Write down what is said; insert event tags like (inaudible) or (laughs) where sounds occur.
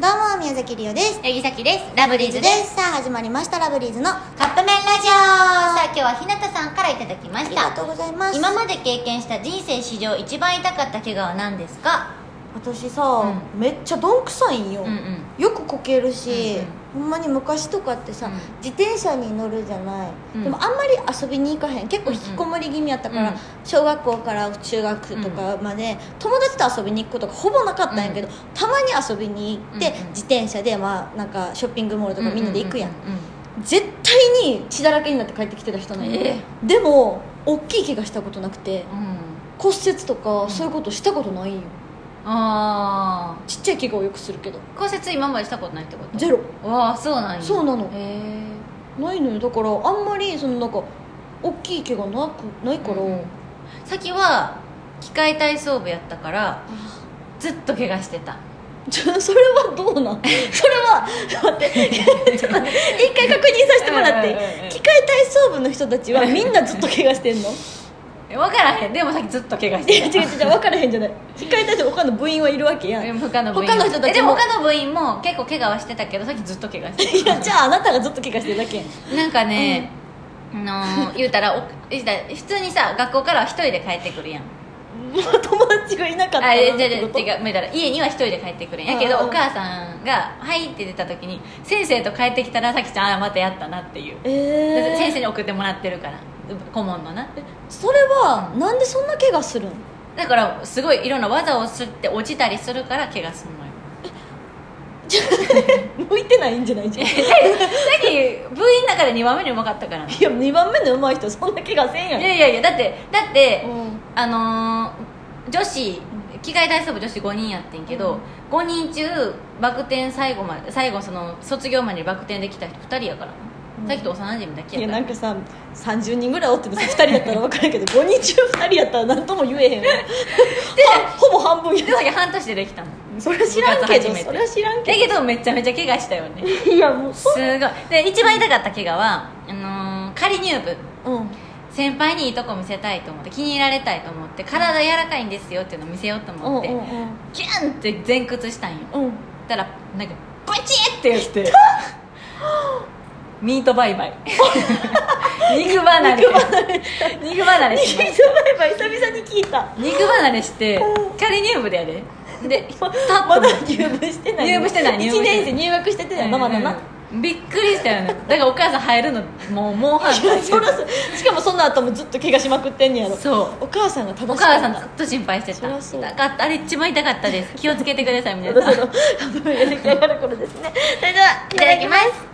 どうも宮崎りおです八木崎ですラブリーズですさあ始まりましたラブリーズのあカップ麺ラジオさあ今日は日向さんからいただきましりがたとうございます今まで経験した人生史上一番痛かった怪我は何ですか私さ、うめっちゃどんくさいんよ、うんうんよくこけるし、うんほんまに昔とかってさ、うん自転車に乗るじゃない、うんでもあんまり遊びに行かへん結構引きこもり気味やったから、うん小学校から中学とかまで、友達と遊びに行くことがほぼなかったんやけど、たまに遊びに行って、うんうん自転車で、まあ、なんかショッピングモールとかみんなで行くやん,、う絶対に血だらけになって帰ってきてた人なんや、えでも大きい怪我したことなくてうんうんうん骨折とかそういうことしたことないよあちっちゃい怪我をよくするけどあ骨折今までしたことないってことゼロわあそうなんやそうなのへえないのよだからあんまりそのなんか大きい怪我なくないから、うん先は機械体操部やったかあらずっと怪我してたちょそれはどうなん (laughs) それは待ってちょっと待って一回確認させてもらっうんうんうんうてん機械体操部の人たちはみんなずっと怪我してんのえ分からへんでもさっきずっと怪我しいやて違う違う違う分からへんじゃない機械体操部他の部員はいるわけや (laughs) たんえい他の部員他の人たちもえでも他の部員も結構怪我はしてたけどさっきずっと怪我 (laughs) してたやじゃああなたがずっと怪我してるだけやんなんかね、あのー言うたらお言うたら普通にさ学校からは一人で帰ってくるやん友達がいなかったあらえっじゃあて違うこと違う見たら家には一人で帰ってくるんやけうどんうんお母さんが「はい」って出た時に先生と帰ってきたらさきちゃんあまたやったなっていう、えー、先生に送ってもらってるから顧問のなそれはなんでそんな怪我するんだからすごいいろんな技をすって落ちたりするから怪我すんのよ向いてないんじゃないじゃんい (laughs) さっき部員の中で2番目にうまかったからないや2番目の (laughs) 上手い人そんな怪我せんやんやいやいやだってだって、うんあのー女子機械体操部女子5人やってんけど、5人中バク転最後まで最後その卒業までにバク転できた人2人やからな、うんさっきと幼馴染だけいややかならんかさ30人ぐらいおってもさ2人やったら分かるけど5人中2人やったら何とも言えへ (laughs) んわほほぼ半分やでさっき半年でできたのだそれは知らんけ部活初どめてそれは知らんけけどめちゃめちゃ怪我したよねどいやもうすそごいで一番痛かった怪我はあのー仮入部うん先輩にいいとこ見せたいと思って気に入られたいと思って体柔らかいんですよっていうのを見せようとうん思うって、んキュンって前屈したんようんうんたらなんかバチって言ってミートバイバイ肉離れ肉離 (laughs) れしましサバイバー久々に聞いた肉離れしてうん仮入部でやでで立っまだて入部してない入部してない入部1してない年生入学しててないまだな、うんびっくりしたよねだからお母さん入るのもうもう反いや対そらそしかもその後もずっと怪我しまくってんねやろそうお母さんが正しおい母さ (laughs) んずっと心配してそりたゃそう痛かったあれ一番痛かったです気をつけてください皆そろさんそろあのやりたい頃ですねそれではいただきます